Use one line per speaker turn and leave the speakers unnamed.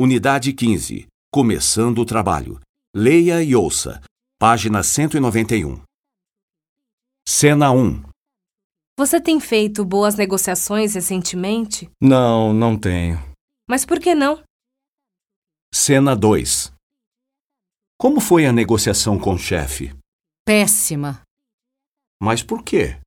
Unidade 15. Começando o trabalho. Leia e ouça. Página 191. Cena 1.
Você tem feito boas negociações recentemente?
Não, não tenho.
Mas por que não?
Cena 2. Como foi a negociação com o chefe?
Péssima.
Mas por quê?